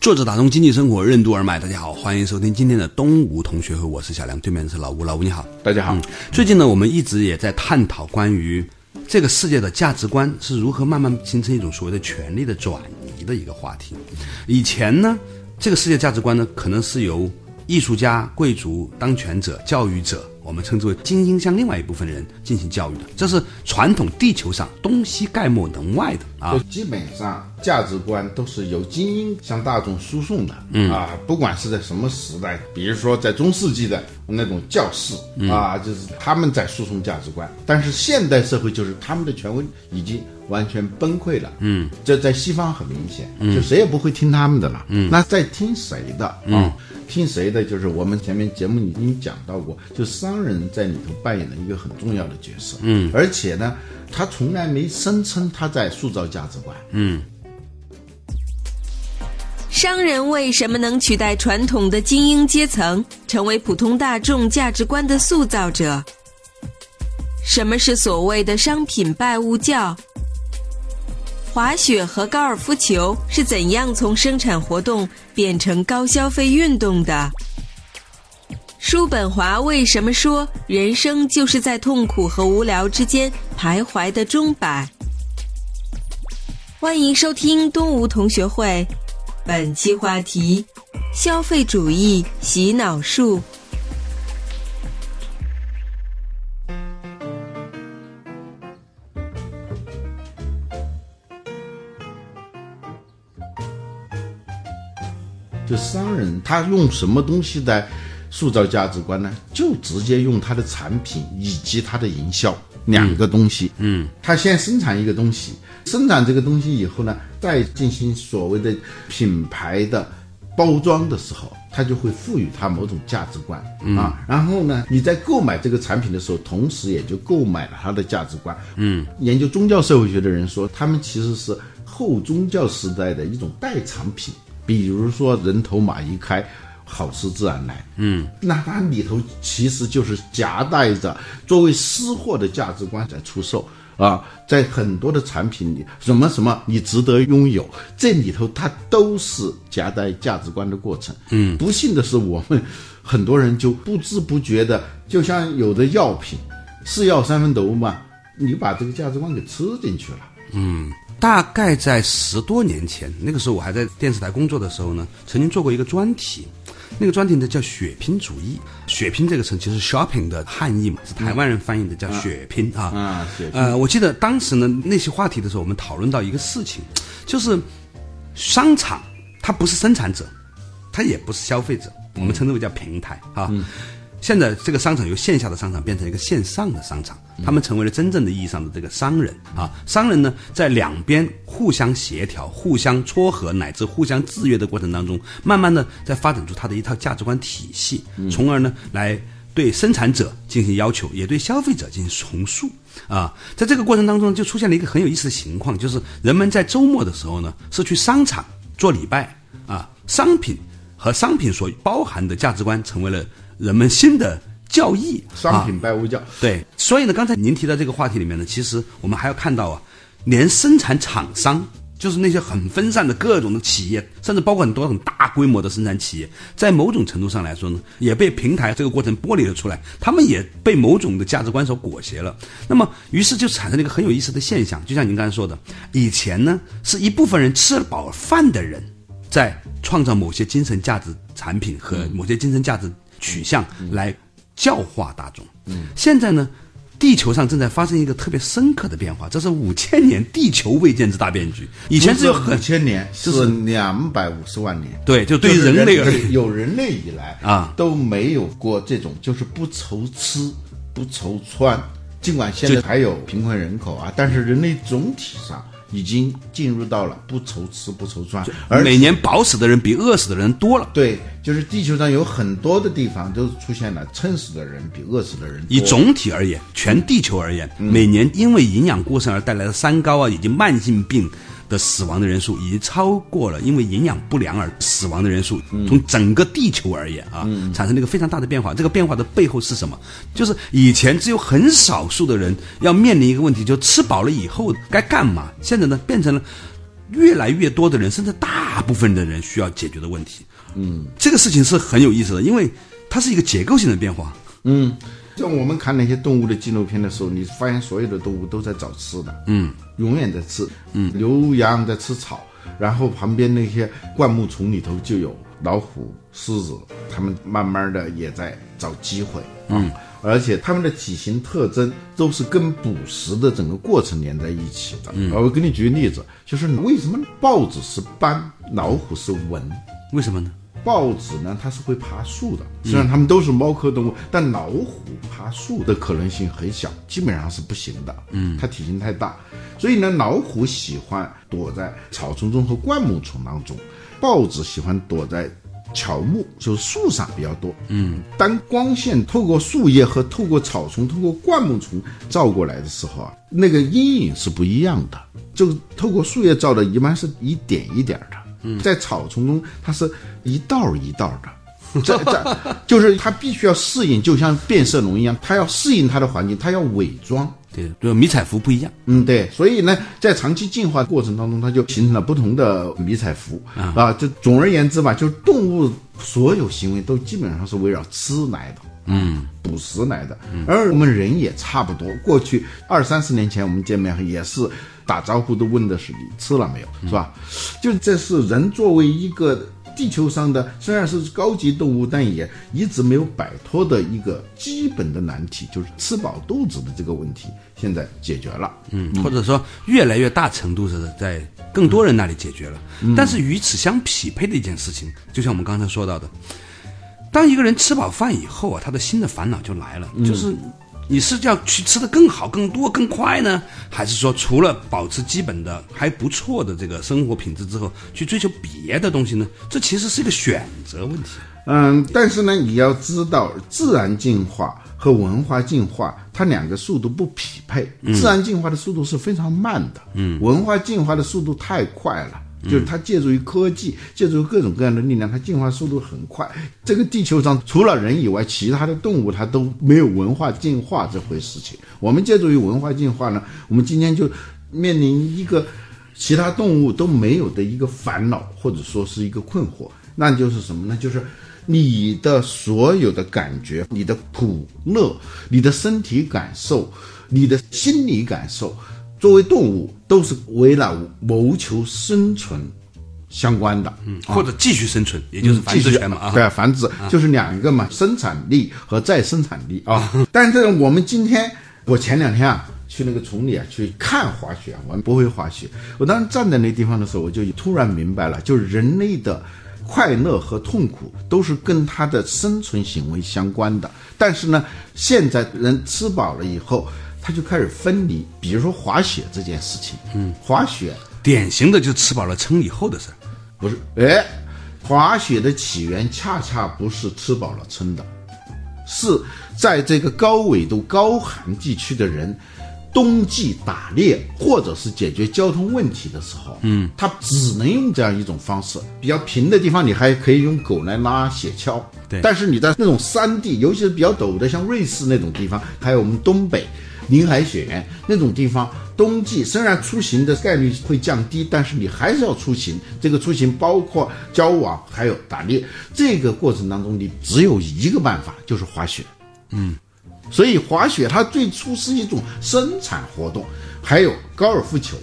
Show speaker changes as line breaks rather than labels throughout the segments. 作者打通经济生活任督二脉，大家好，欢迎收听今天的东吴同学会，我是小梁，对面是老吴，老吴你好，
大家好、嗯。
最近呢，我们一直也在探讨关于这个世界的价值观是如何慢慢形成一种所谓的权力的转移的一个话题。以前呢，这个世界价值观呢，可能是由艺术家、贵族、当权者、教育者，我们称之为精英，向另外一部分人进行教育的，这是传统地球上东西概莫能外的啊。
基本上价值观都是由精英向大众输送的，嗯啊，不管是在什么时代，比如说在中世纪的那种教士、嗯、啊，就是他们在输送价值观，但是现代社会就是他们的权威已经。完全崩溃了，嗯，这在西方很明显，嗯、就谁也不会听他们的了，嗯，那在听谁的啊、嗯？听谁的？就是我们前面节目已经讲到过，就商人在里头扮演了一个很重要的角色，嗯，而且呢，他从来没声称他在塑造价值观，嗯。
商人为什么能取代传统的精英阶层，成为普通大众价值观的塑造者？什么是所谓的商品拜物教？滑雪和高尔夫球是怎样从生产活动变成高消费运动的？叔本华为什么说人生就是在痛苦和无聊之间徘徊的钟摆？欢迎收听东吴同学会，本期话题：消费主义洗脑术。
就商人他用什么东西来塑造价值观呢？就直接用他的产品以及他的营销两个东西。嗯，嗯他先生产一个东西，生产这个东西以后呢，再进行所谓的品牌的包装的时候，他就会赋予它某种价值观、嗯、啊。然后呢，你在购买这个产品的时候，同时也就购买了他的价值观。嗯，研究宗教社会学的人说，他们其实是后宗教时代的一种代产品。比如说人头马一开，好吃自然来。嗯，那它里头其实就是夹带着作为私货的价值观在出售啊，在很多的产品里，什么什么你值得拥有，这里头它都是夹带价值观的过程。嗯，不幸的是，我们很多人就不知不觉的，就像有的药品，是药三分毒嘛，你把这个价值观给吃进去了。
嗯。大概在十多年前，那个时候我还在电视台工作的时候呢，曾经做过一个专题，那个专题呢叫“血拼主义”。血拼这个词其实 shopping 的汉译嘛，是台湾人翻译的叫血拼、嗯、啊。啊，血拼。呃，我记得当时呢那些话题的时候，我们讨论到一个事情，就是商场它不是生产者，它也不是消费者，我们称之为叫平台啊。嗯现在这个商场由线下的商场变成一个线上的商场，他们成为了真正的意义上的这个商人啊！商人呢，在两边互相协调、互相撮合乃至互相制约的过程当中，慢慢的在发展出他的一套价值观体系，从而呢来对生产者进行要求，也对消费者进行重塑啊！在这个过程当中，就出现了一个很有意思的情况，就是人们在周末的时候呢，是去商场做礼拜啊，商品和商品所包含的价值观成为了。人们新的教义，
商品拜物教、啊，
对，所以呢，刚才您提到这个话题里面呢，其实我们还要看到啊，连生产厂商，就是那些很分散的各种的企业，甚至包括很多很大规模的生产企业，在某种程度上来说呢，也被平台这个过程剥离了出来，他们也被某种的价值观所裹挟了。那么，于是就产生了一个很有意思的现象，就像您刚才说的，以前呢，是一部分人吃饱饭的人，在创造某些精神价值产品和某些精神价值、嗯。取向来教化大众。嗯，现在呢，地球上正在发生一个特别深刻的变化，这是五千年地球未见之大变局。以前
只
有
五千年，就是两百五十万年。
对，就对人类而
言，有人类以来啊，都没有过这种，就是不愁吃，不愁穿。尽管现在还有贫困人口啊，但是人类总体上已经进入到了不愁吃不愁穿，而
而每年饱死的人比饿死的人多了。
对，就是地球上有很多的地方都出现了撑死的人比饿死的人多
以总体而言，全地球而言，每年因为营养过剩而带来的三高啊以及慢性病的死亡的人数，已经超过了因为营养不良而死亡的人数。从整个地球而言啊，产生了一个非常大的变化。这个变化的背后是什么？就是以前只有很少数的人要面临一个问题，就吃饱了以后该干嘛？现在呢，变成了。越来越多的人，甚至大部分的人需要解决的问题，嗯，这个事情是很有意思的，因为它是一个结构性的变化，
像我们看那些动物的纪录片的时候，你发现所有的动物都在找吃的，嗯，永远在吃，嗯，牛羊在吃草，然后旁边那些灌木丛里头就有老虎、狮子，它们慢慢的也在找机会，嗯，而且它们的体型特征都是跟捕食的整个过程连在一起的。嗯，我给你举个例子，就是为什么豹子是斑，老虎是纹？
为什么呢？
豹子呢，它是会爬树的。虽然它们都是猫科动物，但老虎爬树的可能性很小，基本上是不行的。嗯，它体型太大，所以呢，老虎喜欢躲在草丛中和灌木丛当中，豹子喜欢躲在乔木，就是树上比较多。嗯，当光线透过树叶和透过草丛、透过灌木丛照过来的时候啊，那个阴影是不一样的。就透过树叶照的，一般是一点一点的。嗯，在草丛中，它是一道儿一道儿的。 这这就是它必须要适应，就像变色龙一样，它要适应它的环境，它要伪装。
对，就迷彩服不一样。
嗯，对，所以呢，在长期进化过程当中，它就形成了不同的迷彩服啊、就总而言之吧，就是动物所有行为都基本上是围绕吃来的，嗯，捕食来的。而我们人也差不多，过去二三十年前我们见面也是打招呼都问的是你吃了没有，是吧？就这是人作为一个。地球上的虽然是高级动物，但也一直没有摆脱的一个基本的难题，就是吃饱肚子的这个问题，现在解决了。
嗯，或者说越来越大程度是在更多人那里解决了。但是与此相匹配的一件事情，就像我们刚才说到的，当一个人吃饱饭以后啊，他的新的烦恼就来了，就是你是要去吃的更好、更多、更快呢，还是说除了保持基本的还不错的这个生活品质之后，去追求别的东西呢？这其实是一个选择问题。
嗯，但是呢，你要知道，自然进化和文化进化，它两个速度不匹配。自然进化的速度是非常慢的，嗯，文化进化的速度太快了。就是它借助于科技，借助于各种各样的力量，它进化速度很快。这个地球上除了人以外，其他的动物它都没有文化进化这回事情。我们借助于文化进化呢，我们今天就面临一个其他动物都没有的一个烦恼，或者说是一个困惑，那就是什么呢？就是你的所有的感觉、你的苦乐、你的身体感受、你的心理感受，作为动物都是围绕谋求生存相关的。嗯，
或者继续生存，也就是繁殖权嘛啊。
对啊，繁殖就是两个嘛，生产力和再生产力 啊。但是我们今天，我前两天啊。去那个崇礼啊，去看滑雪啊，我们不会滑雪。我当时站在那地方的时候，我就突然明白了，就是人类的快乐和痛苦都是跟他的生存行为相关的。但是呢，现在人吃饱了以后，他就开始分离。比如说滑雪这件事情，嗯，滑雪
典型的就吃饱了撑以后的事儿。
不是，哎，滑雪的起源恰恰不是吃饱了撑的，是在这个高纬度、高寒地区的人，冬季打猎或者是解决交通问题的时候，嗯，他只能用这样一种方式。比较平的地方，你还可以用狗来拉雪橇，
对
但是你在那种山地，尤其是比较陡的，像瑞士那种地方，还有我们东北。林海雪原那种地方，冬季虽然出行的概率会降低，但是你还是要出行。这个出行包括交往，还有打猎。这个过程当中，你只有一个办法，就是滑雪。嗯，所以滑雪它最初是一种生产活动，还有高尔夫球。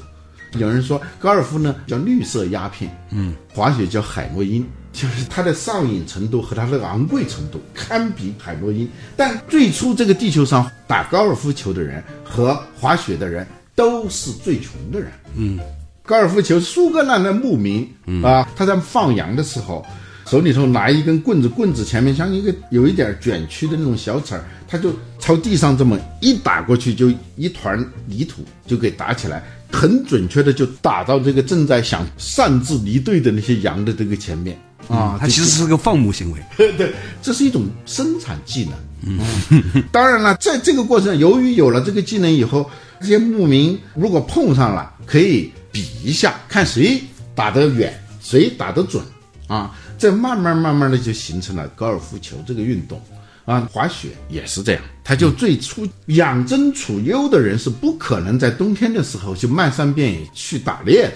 有人说高尔夫呢叫绿色鸦片，嗯，滑雪叫海洛因，就是它的上瘾程度和它的昂贵程度堪比海洛因。但最初这个地球上打高尔夫球的人和滑雪的人都是最穷的人，高尔夫球，苏格兰的牧民、啊，他在放羊的时候，手里头拿一根棍子，棍子前面像一个有一点卷曲的那种小齿儿，他就朝地上这么一打过去，就一团泥土就给打起来，很准确的就打到这个正在想擅自离队的那些羊的这个前面啊，
它其实嗯是个放牧行为。
这是一种生产技能。嗯，当然了，在这个过程中，由于有了这个技能以后，这些牧民如果碰上了，可以比一下，看谁打得远，谁打得准啊。这慢慢慢慢的就形成了高尔夫球这个运动啊，滑雪也是这样。它就最初养尊处优的人是不可能在冬天的时候去漫山遍野去打猎的，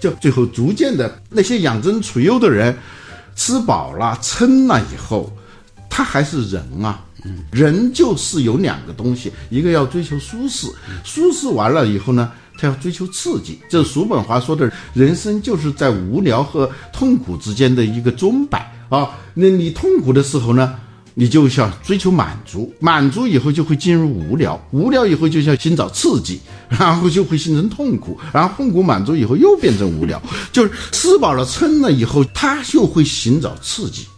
就最后逐渐的那些养尊处优的人。吃饱了、撑了以后，他还是人啊。人就是有两个东西，一个要追求舒适，舒适完了以后呢，他要追求刺激。这叔本华说的，人生就是在无聊和痛苦之间的一个钟摆啊。那你痛苦的时候呢，你就想追求满足，满足以后就会进入无聊，无聊以后就想寻找刺激， 然后就会形成痛苦，然后痛苦满足以后又变成无聊，就是吃饱了撑了以后，他就会寻找刺激。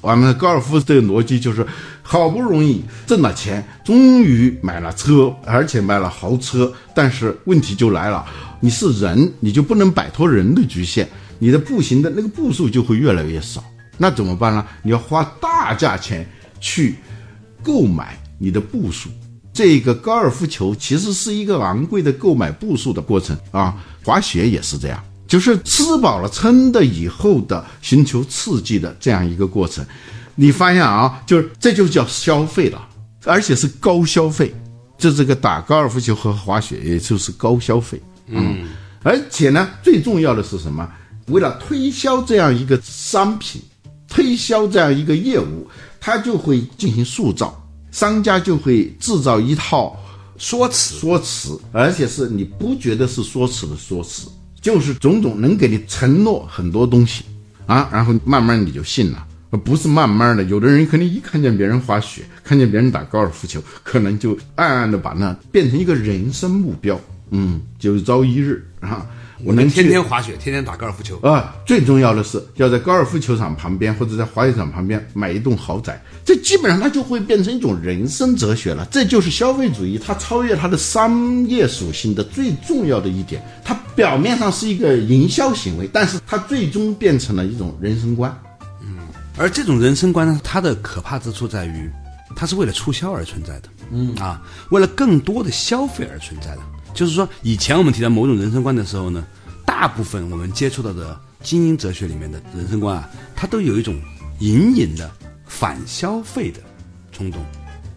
我们高尔夫这个逻辑就是，好不容易挣了钱，终于买了车，而且买了豪车，但是问题就来了，你是人，你就不能摆脱人的局限，你的步行的那个步数就会越来越少，那怎么办呢？你要花大价钱去购买你的步数。这个高尔夫球其实是一个昂贵的购买步数的过程啊，滑雪也是这样，就是吃饱了撑的以后的寻求刺激的这样一个过程。你发现啊，就是这就叫消费了，而且是高消费。这这个打高尔夫球和滑雪，也就是高消费。嗯，而且呢，最重要的是什么？为了推销这样一个商品，推销这样一个业务，它就会进行塑造，商家就会制造一套
说辞
说辞，而且是你不觉得是说辞的说辞，就是种种能给你承诺很多东西啊，然后慢慢你就信了，不是慢慢的，有的人可能一看见别人滑雪，看见别人打高尔夫球，可能就暗暗的把那变成一个人生目标，嗯，有朝一日啊，我能
天
去
天滑雪，天天打高尔夫球，
啊，最重要的是要在高尔夫球场旁边或者在滑雪场旁边买一栋豪宅，这基本上它就会变成一种人生哲学了。这就是消费主义，它超越它的商业属性的最重要的一点。它表面上是一个营销行为，但是它最终变成了一种人生观。
而这种人生观呢，它的可怕之处在于，它是为了促销而存在的，嗯啊，为了更多的消费而存在的。就是说，以前我们提到某种人生观的时候呢，大部分我们接触到的精英哲学里面的人生观啊，它都有一种隐隐的反消费的冲动。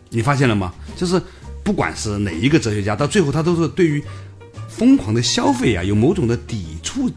你发现了吗？就是不管是哪一个哲学家，到最后他都是对于疯狂的消费啊有某种的抵触。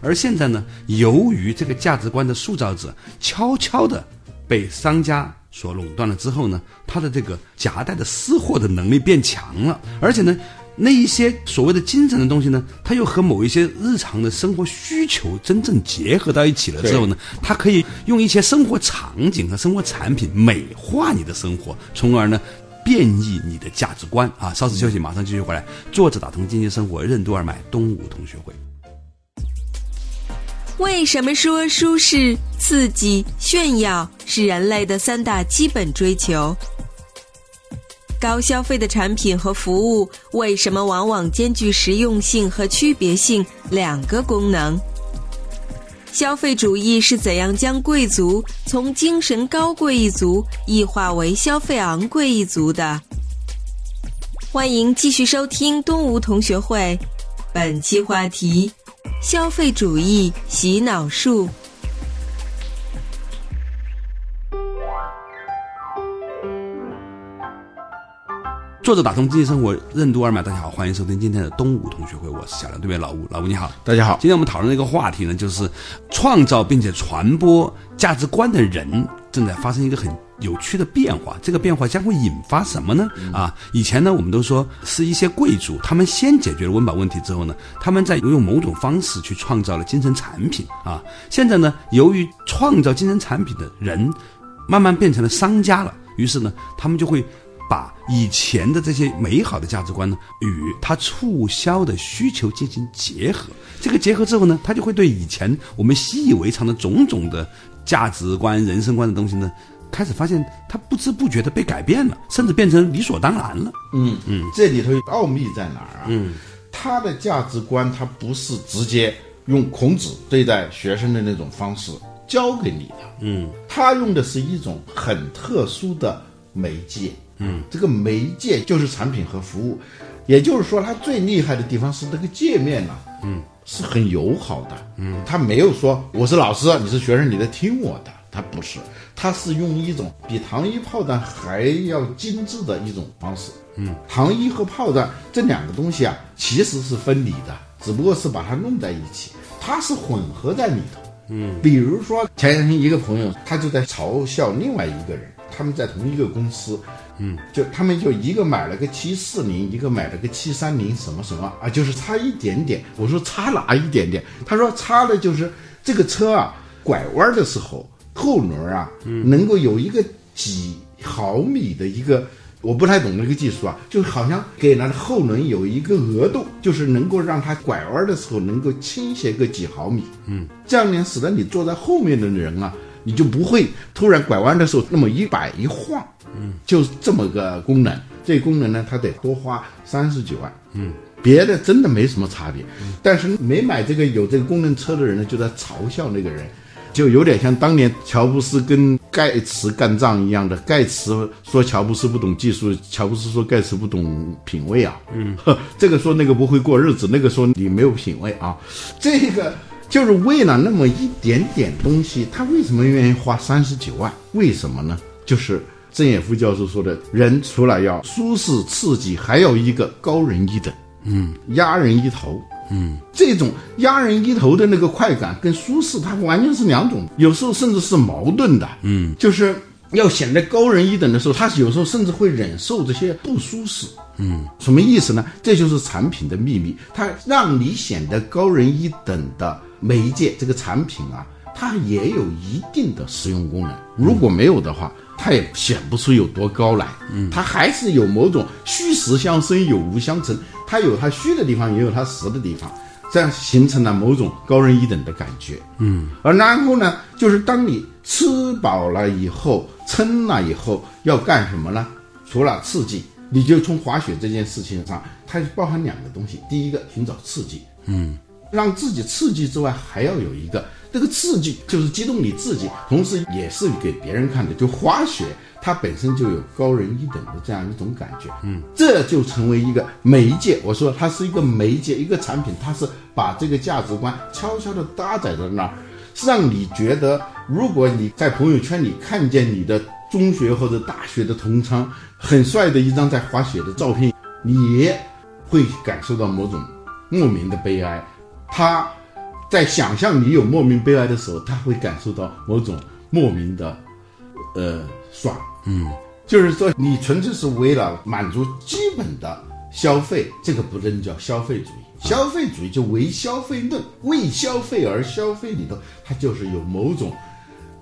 而现在呢，由于这个价值观的塑造者悄悄的被商家所垄断了之后呢，他的这个夹带的私货的能力变强了，而且呢，那一些所谓的精神的东西呢，它又和某一些日常的生活需求真正结合到一起了之后呢，它可以用一些生活场景和生活产品美化你的生活，从而呢。变异你的价值观啊！稍事休息，马上继续回来。作者打通经济生活任督二脉，东吴同学会。
为什么说舒适、刺激、炫耀是人类的三大基本追求？高消费的产品和服务为什么往往兼具实用性和区别性两个功能？消费主义是怎样将贵族从精神高贵一族异化为消费昂贵一族的？欢迎继续收听东吴同学会，本期话题：消费主义洗脑术。
作者打通经济生活任督二脉，大家好，欢迎收听今天的东吴同学会，我是小梁，对面老吴，老吴你好。
大家好，
今天我们讨论的一个话题呢，就是创造并且传播价值观的人正在发生一个很有趣的变化。这个变化将会引发什么呢？啊，以前呢，我们都说是一些贵族，他们先解决了温饱问题之后呢，他们再用某种方式去创造了精神产品啊。现在呢，由于创造精神产品的人慢慢变成了商家了，于是呢，他们就会把以前的这些美好的价值观呢，与他促销的需求进行结合。这个结合之后呢，他就会对以前我们习以为常的种种的价值观、人生观的东西呢，开始发现他不知不觉的被改变了，甚至变成理所当然了。
嗯嗯，这里头奥秘在哪儿啊？嗯，他的价值观，他不是直接用孔子对待学生的那种方式教给你的，嗯，他用的是一种很特殊的媒介，嗯，这个媒介就是产品和服务，也就是说，他最厉害的地方是这个界面呐、嗯，是很友好的，嗯，他没有说我是老师，你是学生，你得听我的，他不是，他是用一种比糖衣炮弹还要精致的一种方式，嗯，糖衣和炮弹这两个东西啊，其实是分离的，只不过是把它弄在一起，它是混合在里头，嗯，比如说前两天一个朋 友，他就在嘲笑另外一个人，他们在同一个公司，就他们就一个买了个七四零，一个买了个七三零，什么什么啊，就是差一点点。我说差哪一点点？他说差的就是这个车啊，拐弯的时候后轮啊，能够有一个几毫米的一个，我不太懂那个技术啊，就好像给了后轮有一个额度，就是能够让它拐弯的时候能够倾斜个几毫米。嗯，这样呢，使得你坐在后面的人啊。你就不会突然拐弯的时候那么一摆一晃，嗯，就这么个功能。这功能呢，它得多花三十几万，嗯，别的真的没什么差别。但是没买这个有这个功能车的人呢，就在嘲笑那个人，就有点像当年乔布斯跟盖茨干仗一样的。盖茨说乔布斯不懂技术，乔布斯说盖茨不懂品味啊，嗯， 这个说那个不会过日子，那个说你没有品味啊，这个。就是为了那么一点点东西，他为什么愿意花三十几万？为什么呢？就是郑也夫教授说的，人除了要舒适刺激，还有一个高人一等，嗯，压人一头，嗯，这种压人一头的那个快感跟舒适，它完全是两种，有时候甚至是矛盾的，嗯，就是要显得高人一等的时候，他有时候甚至会忍受这些不舒适，嗯，什么意思呢？这就是产品的秘密，它让你显得高人一等的媒介，这个产品啊，它也有一定的实用功能。如果没有的话，它也显不出有多高来。嗯，它还是有某种虚实相生，有无相成，它有它虚的地方，也有它实的地方。这样形成了某种高人一等的感觉，嗯，而然后呢，就是当你吃饱了以后，撑了以后，要干什么呢？除了刺激，你就从滑雪这件事情上，它包含两个东西：第一个，寻找刺激，嗯，让自己刺激之外，还要有一个这个刺激，就是激动你自己，同时也是给别人看的。就滑雪，它本身就有高人一等的这样一种感觉，嗯，这就成为一个媒介。我说它是一个媒介，一个产品，它是把这个价值观悄悄地搭载在那儿，让你觉得，如果你在朋友圈里看见你的中学或者大学的同窗很帅的一张在滑雪的照片，你也会感受到某种莫名的悲哀。他在想象你有莫名悲哀的时候，他会感受到某种莫名的呃爽，嗯，就是说你纯粹是为了满足基本的消费，这个不能叫消费主义。消费主义就唯消费论，为消费而消费里头，它就是有某种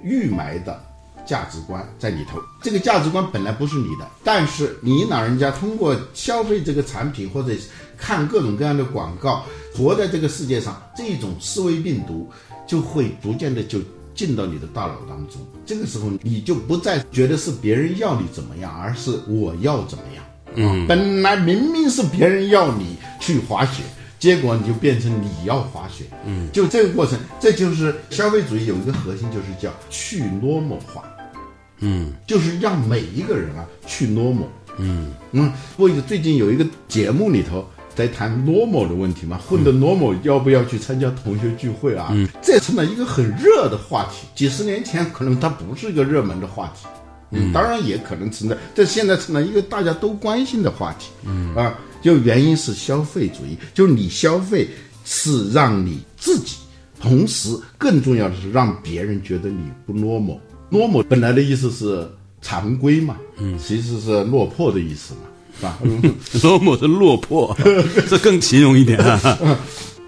预埋的价值观在里头。这个价值观本来不是你的，但是你老人家通过消费这个产品或者看各种各样的广告，活在这个世界上，这种思维病毒就会逐渐的就进到你的大脑当中。这个时候你就不再觉得是别人要你怎么样，而是我要怎么样。嗯，本来明明是别人要你去滑雪，结果你就变成你要滑雪。嗯，就这个过程，这就是消费主义有一个核心，就是叫去 normal 化。嗯，就是让每一个人啊去 normal。嗯嗯，我最近有一个节目里头在谈 normal 的问题嘛，混的 normal 要不要去参加同学聚会啊？嗯，这成了一个很热的话题。几十年前可能它不是一个热门的话题。嗯，当然也可能存在，这现在成了一个大家都关心的话题。嗯啊，就原因是消费主义，就是你消费是让你自己，同时更重要的是让别人觉得你不 normal。normal 本来的意思是常规嘛，嗯，其实是落魄的意思嘛，是吧？嗯
罗某的落魄， 这更形容一点啊。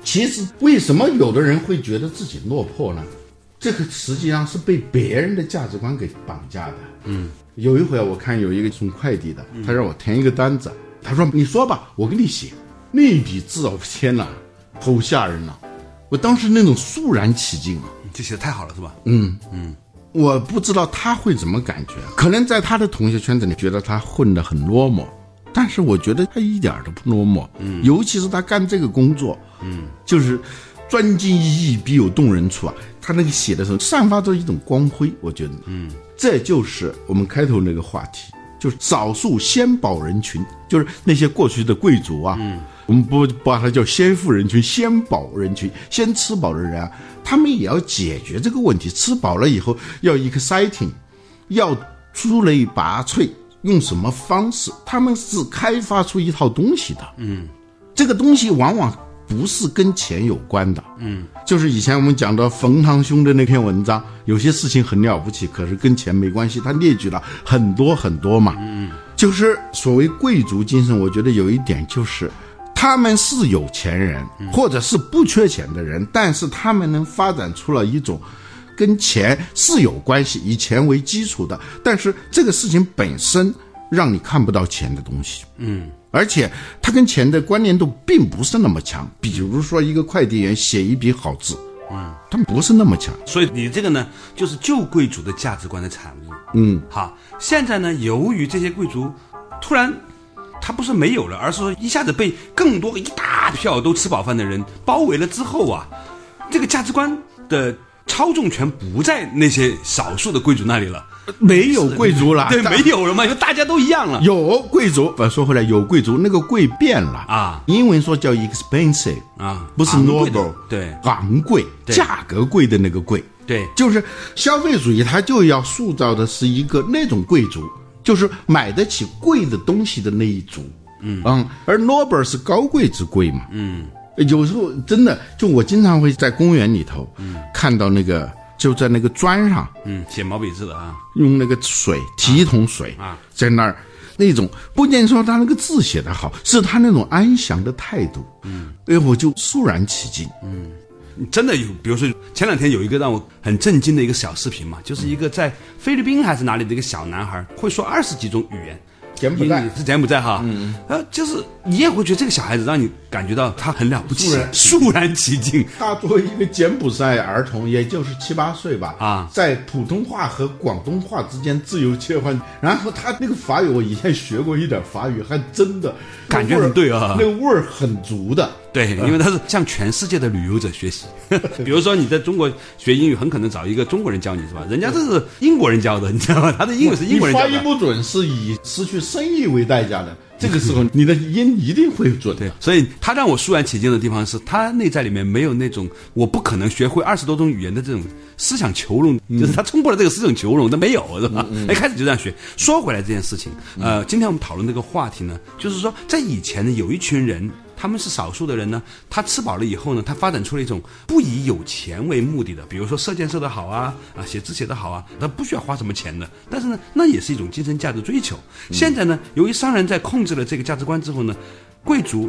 其实为什么有的人会觉得自己落魄呢？这个实际上是被别人的价值观给绑架的。嗯，有一回啊我看有一个送快递的，他让我填一个单子，他说你说吧，我给你写。那笔字啊，我天哪，好吓人呐、我当时那种肃然起敬啊，
这写的太好了，是吧？
我不知道他会怎么感觉，可能在他的同学圈子里觉得他混得很 normal，但是我觉得他一点儿都不落寞，嗯，尤其是他干这个工作，嗯，就是专精一意，必有动人处啊。他那个写的时候散发着一种光辉，我觉得，嗯，这就是我们开头那个话题，就是少数先保人群，就是那些过去的贵族啊，嗯，我们不不把它叫先富人群、先保人群、先吃饱的人啊，他们也要解决这个问题。吃饱了以后要 exciting，要出类拔萃，用什么方式？他们是开发出一套东西的，嗯，这个东西往往不是跟钱有关的，嗯，就是以前我们讲的冯唐兄的那篇文章，有些事情很了不起，可是跟钱没关系，他列举了很多很多嘛，嗯，就是所谓贵族精神，我觉得有一点就是。他们是有钱人，或者是不缺钱的人，但是他们能发展出了一种跟钱是有关系，以钱为基础的，但是这个事情本身让你看不到钱的东西。嗯，而且它跟钱的关联度并不是那么强。比如说，一个快递员写一笔好字，嗯，它不是那么强。
所以你这个呢，就是旧贵族的价值观的产物。嗯，好，现在呢，由于这些贵族突然他不是没有了，而是说一下子被更多一大票都吃饱饭的人包围了之后啊，这个价值观的操纵权不在那些少数的贵族那里了，
没有贵族了，
对，
大
没有了嘛，就大家都一样了。
有贵族，不说回来，有贵族那个贵变了
啊
英文说叫 expensive
啊
不是
昂贵的
noble，
对
昂贵，
对
价格贵的那个贵，
对
就是消费主义，它就要塑造的是一个那种贵族，就是买得起贵的东西的那一族，嗯而 noble 是高贵之贵嘛，嗯，有时候真的，就我经常会在公园里头，嗯，看到那个就在那个砖上，
嗯，写毛笔字的啊，
用那个水提一桶水
啊，
在那儿那种不见说他那个字写得好，是他那种安详的态度，嗯，哎，我就肃然起敬，
真的有，比如说前两天有一个让我很震惊的一个小视频嘛，就是一个在菲律宾还是哪里的一个小男孩，会说二十几种语言，
柬埔寨
英语是柬埔寨哈，嗯，呃，就是你也会觉得这个小孩子让你感觉到他很了不起，肃然起敬，
他作为一个柬埔寨儿童，也就是七八岁吧，
啊
在普通话和广东话之间自由切换。然后他那个法语，我以前学过一点法语，还真的
感觉
那味儿
很对啊
那个味儿很足的。
对，因为他是向全世界的旅游者学 习。比如说你在中国学英语，很可能找一个中国人教你是吧？人家这是英国人教的，你知道吗？他的英语是英国人
你
教
发音
的。
不准是以失去生意为代价的，这个 时候你的音一定会准的
对。，所以他让我肃然起敬的地方是，他内在里面没有那种我不可能学会二十多种语言的这种思想囚笼，就是他冲破了这个思想囚笼，他没有是吧？一开始就这样学。说回来这件事情，呃，今天我们讨论这个话题呢，就是说在以前呢，有一群人。他们是少数的人呢，他吃饱了以后呢，他发展出了一种不以有钱为目的的，比如说射箭射得好啊， 啊写字写得好啊，他不需要花什么钱的。但是呢，那也是一种精神价值追求。现在呢，由于商人在控制了这个价值观之后呢，贵族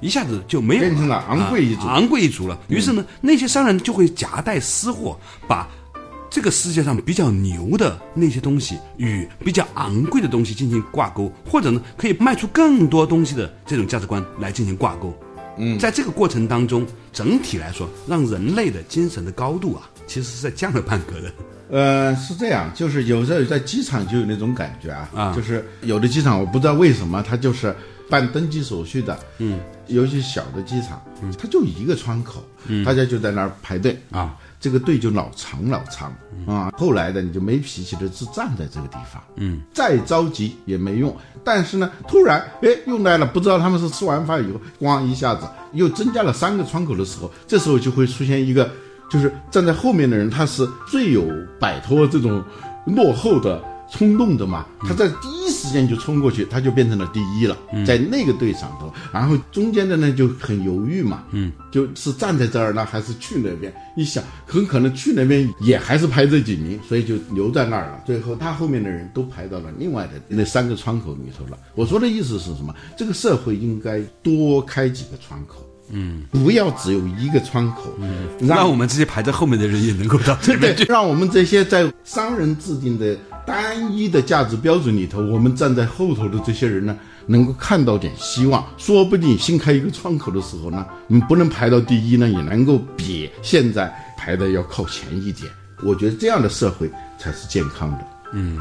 一下子就没有
变成了昂贵一族嗯
啊昂贵一族了。于是呢，那些商人就会夹带私货，把这个世界上比较牛的那些东西与比较昂贵的东西进行挂钩，或者呢，可以卖出更多东西的这种价值观来进行挂钩。嗯，在这个过程当中，整体来说，让人类的精神的高度啊，其实是在降了半格的。
呃，是这样，就是有时候在机场就有那种感觉啊，
啊
就是有的机场我不知道为什么它就是办登机手续的，嗯，尤其小的机场，
嗯
它就一个窗口，大家就在那儿排队
啊，嗯
这个队就老长老长啊。后来的你就没脾气的只站在这个地方，嗯，再着急也没用。但是呢，突然哎又来了，不知道他们是吃完饭以后，咣一下子又增加了三个窗口的时候，这时候就会出现一个。就是站在后面的人，他是最有摆脱这种落后的冲动的嘛，他在第一时间就冲过去，他就变成了第一了，在那个队上头，然后中间的呢就很犹豫嘛，嗯，就是站在这儿呢，还是去那边？一想，很可能去那边也还是排这几名，所以就留在那儿了。最后他后面的人都排到了另外的那三个窗口里头了。我说的意思是什么？这个社会应该多开几个窗口。嗯，不要只有一个窗口，嗯，
让我们这些排在后面的人也能够到这
对
边
对，
去。
让我们这些在商人制定的单一的价值标准里头，我们站在后头的这些人呢，能够看到点希望。说不定新开一个窗口的时候呢，你不能排到第一呢，也能够比现在排的要靠前一点。我觉得这样的社会才是健康的。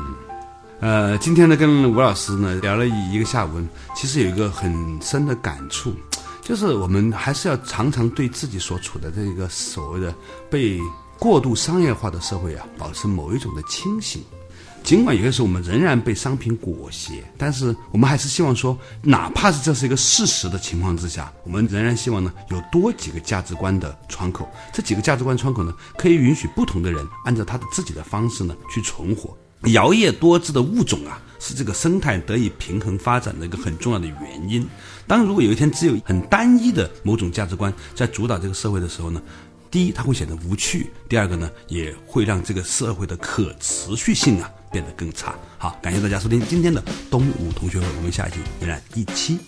呃，今天呢，跟吴老师呢聊了一个下午，其实有一个很深的感触，就是我们还是要常常对自己所处的这一个所谓的被过度商业化的社会啊，保持某一种的清醒。尽管有些时候我们仍然被商品裹挟，但是我们还是希望说，哪怕是这是一个事实的情况之下，我们仍然希望呢有多几个价值观的窗口。这几个价值观窗口呢，可以允许不同的人按照他的自己的方式呢去存活。摇曳多姿的物种啊，是这个生态得以平衡发展的一个很重要的原因。当如果有一天只有很单一的某种价值观在主导这个社会的时候呢，第一，它会显得无趣；第二个呢，也会让这个社会的可持续性啊变得更差。好，感谢大家收听今天的东吴同学会，我们下一期依然一期